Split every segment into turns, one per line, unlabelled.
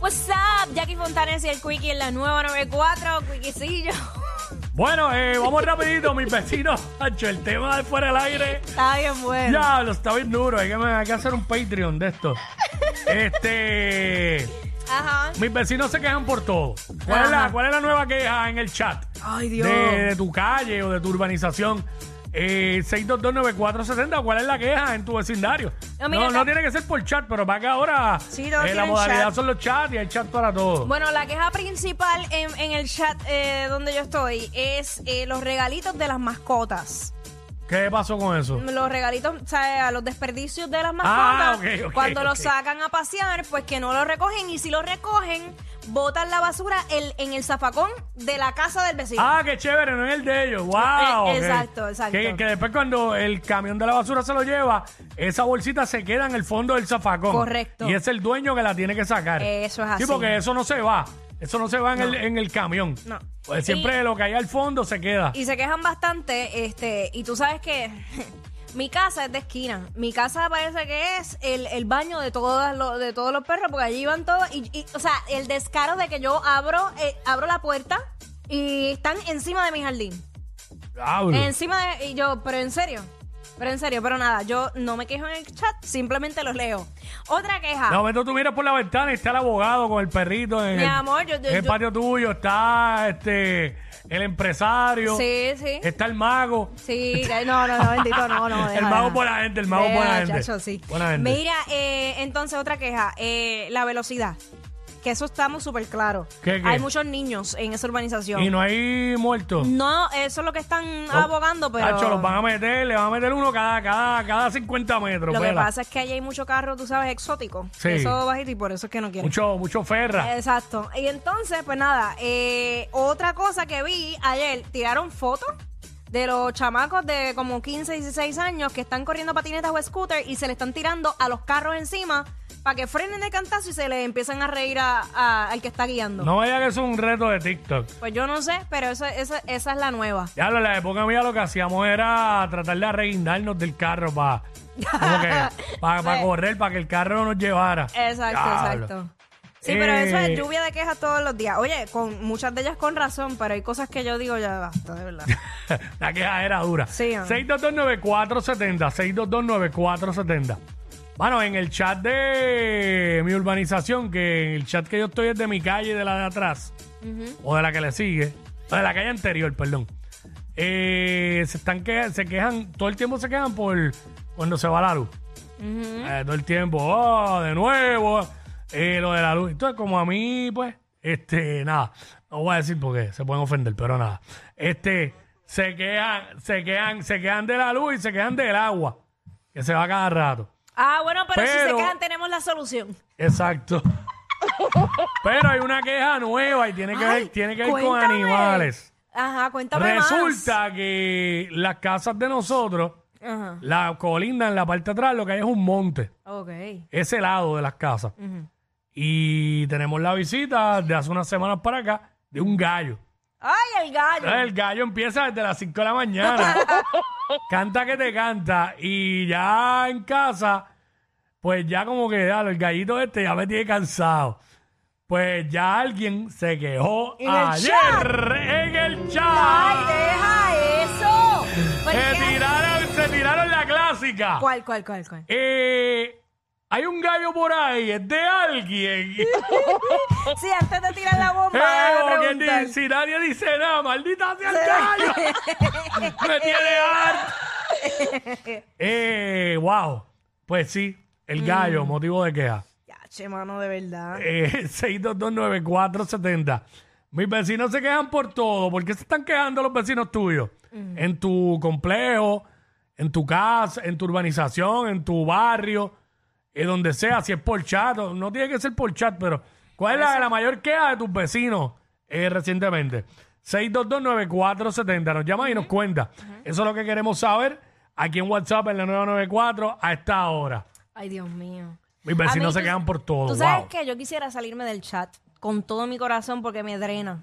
What's up, Jackie Fontanes y el Quickie en la nueva 94, Quickiecillo.
Bueno, eh, vamos rapidito, mis vecinos. Hacho, el tema de fuera del aire.
Está bien bueno.
Ya, lo está bien duro. Hay que, hay que hacer un Patreon de esto. Este.
Ajá.
Mis vecinos se quejan por todo. ¿Cuál, es la,
Ajá.
cuál es la nueva queja en el chat?
Ay,
De,
Dios.
de tu calle o de tu urbanización. Eh, 6229470, ¿cuál es la queja en tu vecindario?
No,
No,
mira,
no,
la-
tiene que ser por chat, pero para que ahora
Sí, todos
eh, la
tienen
modalidad
chat.
son los chats y hay chat para todo.
Bueno, la queja principal en, en el chat eh, donde yo estoy es eh, los regalitos de las mascotas.
¿Qué pasó con eso?
Los regalitos, o sea, a los desperdicios de las
Ah,
mascotas.
ok, ok,
cuando los
ok.
sacan a pasear, pues que no los recogen. Y si los recogen, botan la basura el- en el zafacón de la casa del vecino.
Ah, qué chévere, no es el de ellos. ¡Wow!
Eh,
ok.
exacto, exacto.
Que, que después cuando el camión de la basura se lo lleva, esa bolsita se queda en el fondo del zafacón.
Correcto.
Y es el dueño que la tiene que sacar.
Eso es así.
Sí, porque eso no se va. Eso no se va en, el, en el camión.
No.
Pues siempre lo que hay al fondo se queda.
y se quejan bastante, este, y tú sabes que mi casa es de esquina. Mi casa parece que es el, el baño de todas lo- de todos los perros, porque allí van todos, y, y, o sea, el descaro de que yo abro, eh, abro la puerta y están encima de mi jardín.
Diablo.
Encima de, y yo, pero en serio, pero en serio, pero nada, yo no me quejo en el chat, simplemente los leo. Otra queja.
De momento tú miras por la ventana y está el abogado con el perrito en
Mi
el,
amor, yo- yo-
en el
yo-
patio tuyo, está este el empresario,
sí, sí.
está el mago.
Sí, que- no, no, no, bendito, no, no.
El
deja,
mago
deja.
buena gente, el mago
Deja,
buena gente.
chacho, sí.
Buena gente.
Mira, eh, entonces otra queja, eh, la velocidad. Que eso estamos súper claros.
¿Qué, qué?
Hay muchos niños en esa urbanización.
Y no hay muertos.
No, eso es lo que están
No.
abogando, pero...
Tacho, los van a meter, le van a meter uno cada, cada, cada 50 metros.
lo que
vela.
pasa es que ahí hay mucho carro, tú sabes, exótico.
Sí.
Eso bajito y por eso es que no quieren.
Mucho, mucho ferra.
Exacto. Y entonces, pues nada, eh, otra cosa que vi ayer, tiraron fotos de los chamacos de como 15, 16 años que están corriendo patinetas o scooter y se le están tirando a los carros encima para que frenen de cantazo y se le empiezan a reír a- a- al que está guiando.
No vaya que eso es un reto de TikTok.
Pues yo no sé, pero eso, esa- esa es la nueva.
Ya en la época mía lo que hacíamos era tratar de arreguindarnos del carro para para
Sí.
correr, para que el carro no nos llevara.
Exacto,
Diablo.
exacto. Sí, pero eso
Eh.
es lluvia de quejas todos los días. Oye, con muchas de ellas con razón, pero hay cosas que yo digo ya basta, de verdad.
la queja era dura.
Sí, ah.
6229470, 6229470. Bueno, en el chat de mi urbanización, que el chat que yo estoy es de mi calle, de la de atrás, o de la que le sigue, o de la calle anterior, perdón. Eh, se están que, se quejan, todo el tiempo se quejan por cuando se va la luz. Eh, todo el tiempo, oh, de nuevo, eh, lo de la luz. Entonces, como a mí, pues, este, nada, no voy a decir porque se pueden ofender, pero nada. Este, se quedan, se quedan, se quedan de la luz y se quedan del agua, que se va cada rato.
Ah, bueno, pero, si se
Pero-
quejan tenemos la solución.
Exacto. pero hay una queja nueva y tiene que
Ay,
ver, tiene que ver con
cuéntame.
animales.
Ajá, cuéntame
Resulta que las casas de nosotros,
más. Ajá.
la colinda en la parte de atrás, lo que hay es un monte.
Ok.
ese lado de las casas. Y tenemos la visita de hace unas semanas para acá de un gallo.
¡Ay, el gallo!
Entonces, el gallo empieza desde las 5 de la mañana. canta que te canta. Y ya en casa, pues ya como que ya, el gallito este ya me tiene cansado. Pues ya alguien se quejó
En el
ayer en el chat.
¡Deja eso! ¿Por
Se
qué?
tiraron, se tiraron la clásica.
¿Cuál, cuál, cuál, cuál?
Eh, hay un gallo por ahí, es de alguien.
Sí, antes de tirar la bomba,
Eh,
voy a
porque
preguntar.
ni- si nadie dice nada, maldita sea el gallo. Me tiene harto. Eh, wow. Pues sí, el
Mm.
gallo, motivo de queja.
Ya, che, mano, de verdad.
Eh, 6229470. Mis vecinos se quejan por todo. ¿Por qué se están quejando los vecinos tuyos?
Mm.
En tu complejo, en tu casa, en tu urbanización, en tu barrio. eh, donde sea, si es por chat, o- no tiene que ser por chat, pero ¿cuál es la, la mayor queja de tus vecinos eh, recientemente? 6229470, nos llama y nos cuenta. Eso es lo que queremos saber aquí en WhatsApp en la 994 a esta hora.
Ay, Dios mío.
Mis
A mí,
vecinos se
tú-
quedan por todo.
Tú sabes
wow.
que yo quisiera salirme del chat con todo mi corazón porque me drena.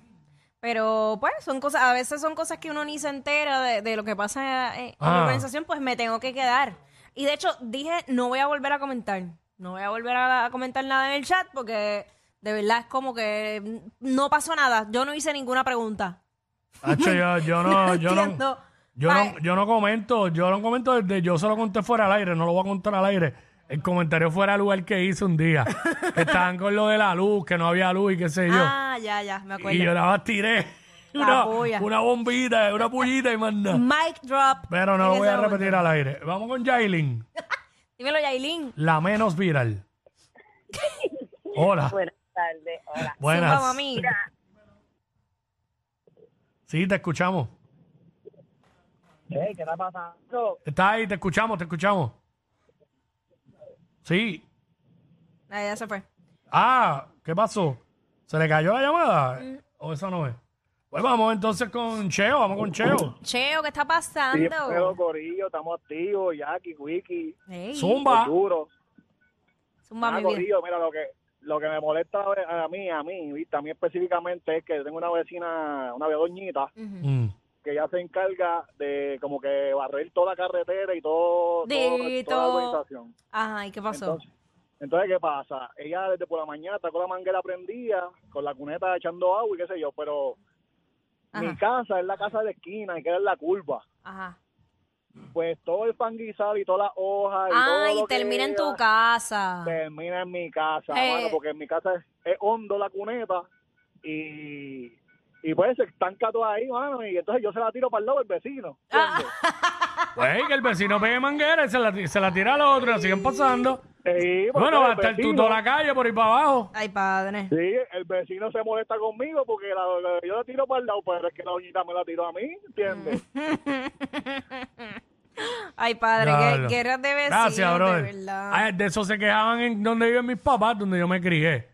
Pero pues son cosas, a veces son cosas que uno ni se entera de, de lo que pasa eh, en
Ah.
la organización, pues me tengo que quedar. Y de hecho dije, no voy a volver a comentar. No voy a volver a, a comentar nada en el chat porque de verdad es como que mm, no pasó nada. Yo no hice ninguna pregunta.
Hacho, yo, yo no, yo no,
Entiendo.
yo
Ay.
no, yo no comento, yo no comento desde, yo se lo conté fuera al aire, no lo voy a contar al aire. El comentario fuera al lugar que hice un día. Que estaban con lo de la luz, que no había luz y qué sé yo.
Ah, ya, ya, me acuerdo.
y yo nada más tiré
La Mm.
una,
puya.
una bombita, una pullita y más nada.
Mic drop.
Pero
en
no lo voy
ese
a
momento.
repetir al aire. Vamos con Jailin,
Dímelo, Yailin.
la menos viral. Hola,
Buenas tardes, hola.
buenas.
Zumba, mami.
Sí, te escuchamos.
Hey, ¿Qué está pasando?
Estás ahí, te escuchamos, te escuchamos. Sí,
Ah, ya se fue.
Ah, ¿qué pasó? ¿Se le cayó la llamada? ¿O eso no es? Pues vamos entonces con Cheo, vamos con Cheo.
Cheo, ¿qué está
Sí,
pasando?
pero Corillo, estamos activos, Jackie, Wiki,
Ey,
Zumba.
duro.
zumba,
Ah,
mi vida.
Corillo, mira, lo que, lo que me molesta a a mí, a mí, ¿viste? a mí específicamente es que yo tengo una vecina, una doñita,
Ujú.
Mm.
que ya se encarga de como que barrer toda la carretera y todo, todo-
Dito.
toda la urbanización.
Ajá, ¿y qué pasó?
Entonces, entonces, ¿qué pasa? Ella desde por la mañana está con la manguera prendida, con la cuneta echando agua y qué sé yo, pero mi
Ajá,
casa es la casa de esquina y queda en la curva.
ajá.
pues todo el pan guisado y todas las hojas y todo
Ah, y
lo que
termina en tu
era,
casa.
termina en mi casa
Eh.
mano, porque en mi casa es, es hondo la cuneta y y pues se estanca todo ahí mano y entonces yo se la tiro para el lado del vecino
Ah.
¿entiendes?
Güey, Pues, que el vecino pegue manguera y se la, se la tira al otro, la siguen pasando.
Sí, porque
Bueno, va a
el
estar tú
vecino-
toda la calle por ahí para abajo.
Ay, padre.
Sí, el vecino se molesta conmigo porque la- la- yo la tiro para el lado, pero es que la doñita me la tiró a mí, ¿entiendes?
Mm. Ay, padre,
Diablo.
que guerras de vecinos,
Gracias, brother.
de verdad.
Ay, de eso se quejaban en donde viven mis papás, donde yo me crié.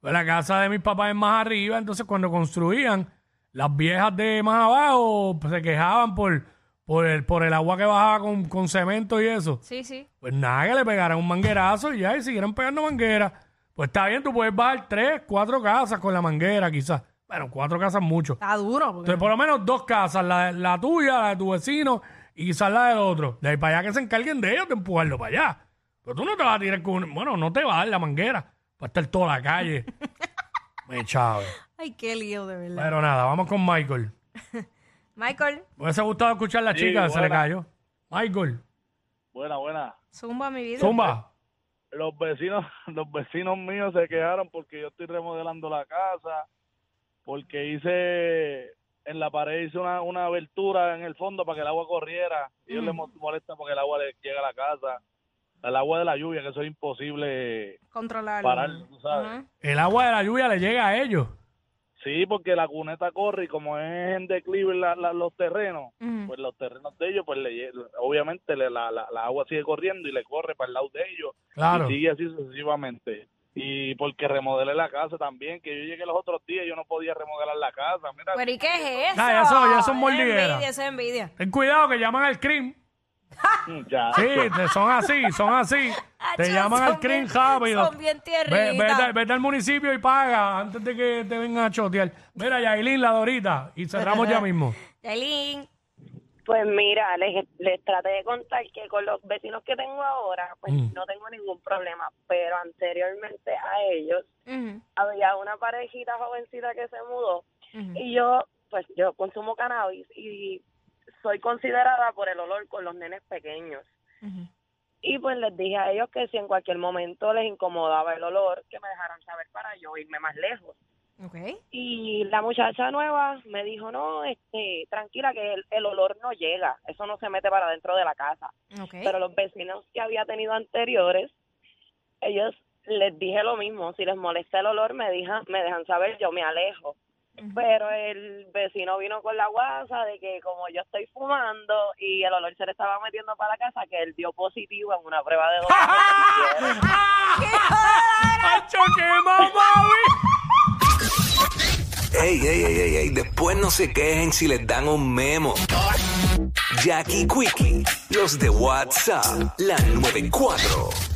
Pues la casa de mis papás es más arriba, entonces cuando construían, las viejas de más abajo pues, se quejaban por, por, el, por el agua que bajaba con, con cemento y eso.
Sí, sí.
Pues nada, que le pegaran un manguerazo y ya, y siguieran pegando manguera. Pues está bien, tú puedes bajar tres, cuatro casas con la manguera, quizás. Bueno, cuatro casas mucho.
Está duro. porque-
Entonces, por lo menos dos casas, la, la tuya, la de tu vecino y quizás la del otro. De ahí para allá que se encarguen de ellos de empujarlo para allá. Pero tú no te vas a tirar con. Bueno, no te va a dar la manguera. Va a estar toda la calle. Me chave.
Ay, qué lío, de verdad.
Pero nada, vamos con Michael.
Michael,
Me hubiese gustado escuchar a la
Sí,
chica, se le
hola.
cayó. Michael,
Buena, buena.
zumba, mi vida.
zumba.
los vecinos los vecinos míos se quejaron porque yo estoy remodelando la casa porque hice en la pared hice una, una abertura en el fondo para que el agua corriera y ellos les mo- molesta porque el agua le llega a la casa el agua de la lluvia que eso es imposible
Controlarlo.
pararlo tú sabes
Ajá.
El agua de la lluvia le llega a ellos.
sí porque la cuneta corre y como es en declive la- la- los terrenos
Ujú.
pues los terrenos de ellos pues le lle- obviamente le- la, la- la agua sigue corriendo y le corre para el lado de ellos
Claro.
Y sigue así sucesivamente. Y porque remodelé la casa también, que yo llegué los otros días y yo no podía remodelar la casa. Mira,
Pero, ¿y qué es eso?
Ah, ya son- ya son
Es
mordigueras.
envidia, eso es envidia.
Ten cuidado que llaman al CRIM.
ya.
Sí, te- son así, son así. Te
Achú,
llaman al
Ah, son
CRIM
bien-
rápido.
Son bien
Ve- vete,
tierritas.
vete al municipio y paga antes de que te vengan a chotear. Mira, Yailin, la Dorita. Y cerramos ya mismo.
Yailin.
Pues mira, les, les traté de contar que con los vecinos que tengo ahora, pues
Mm.
no tengo ningún problema, pero anteriormente a ellos
Ujú,
había una parejita jovencita que se mudó
ujú.
y yo, pues yo consumo cannabis y soy considerada por el olor con los nenes pequeños.
Ujú.
Y pues les dije a ellos que si en cualquier momento les incomodaba el olor, que me dejaran saber para yo irme más lejos.
Ok.
Y la muchacha nueva me dijo, no, este, tranquila, que el, el olor no llega, eso no se mete para dentro de la casa.
Ok.
Pero los vecinos que había tenido anteriores, ellos les dije lo mismo, si les molesta el olor, me, dija- me dejan saber, yo me alejo. Pero el vecino vino con la guasa de que como yo estoy fumando y el olor se le estaba metiendo para la casa, que él dio positivo en una prueba de drogas.
¡Hacho, qué mami!
Ey, ey, ey, ey, ey, después no se quejen si les dan un memo. Jackie Quickie, los de WhatsApp, la 94.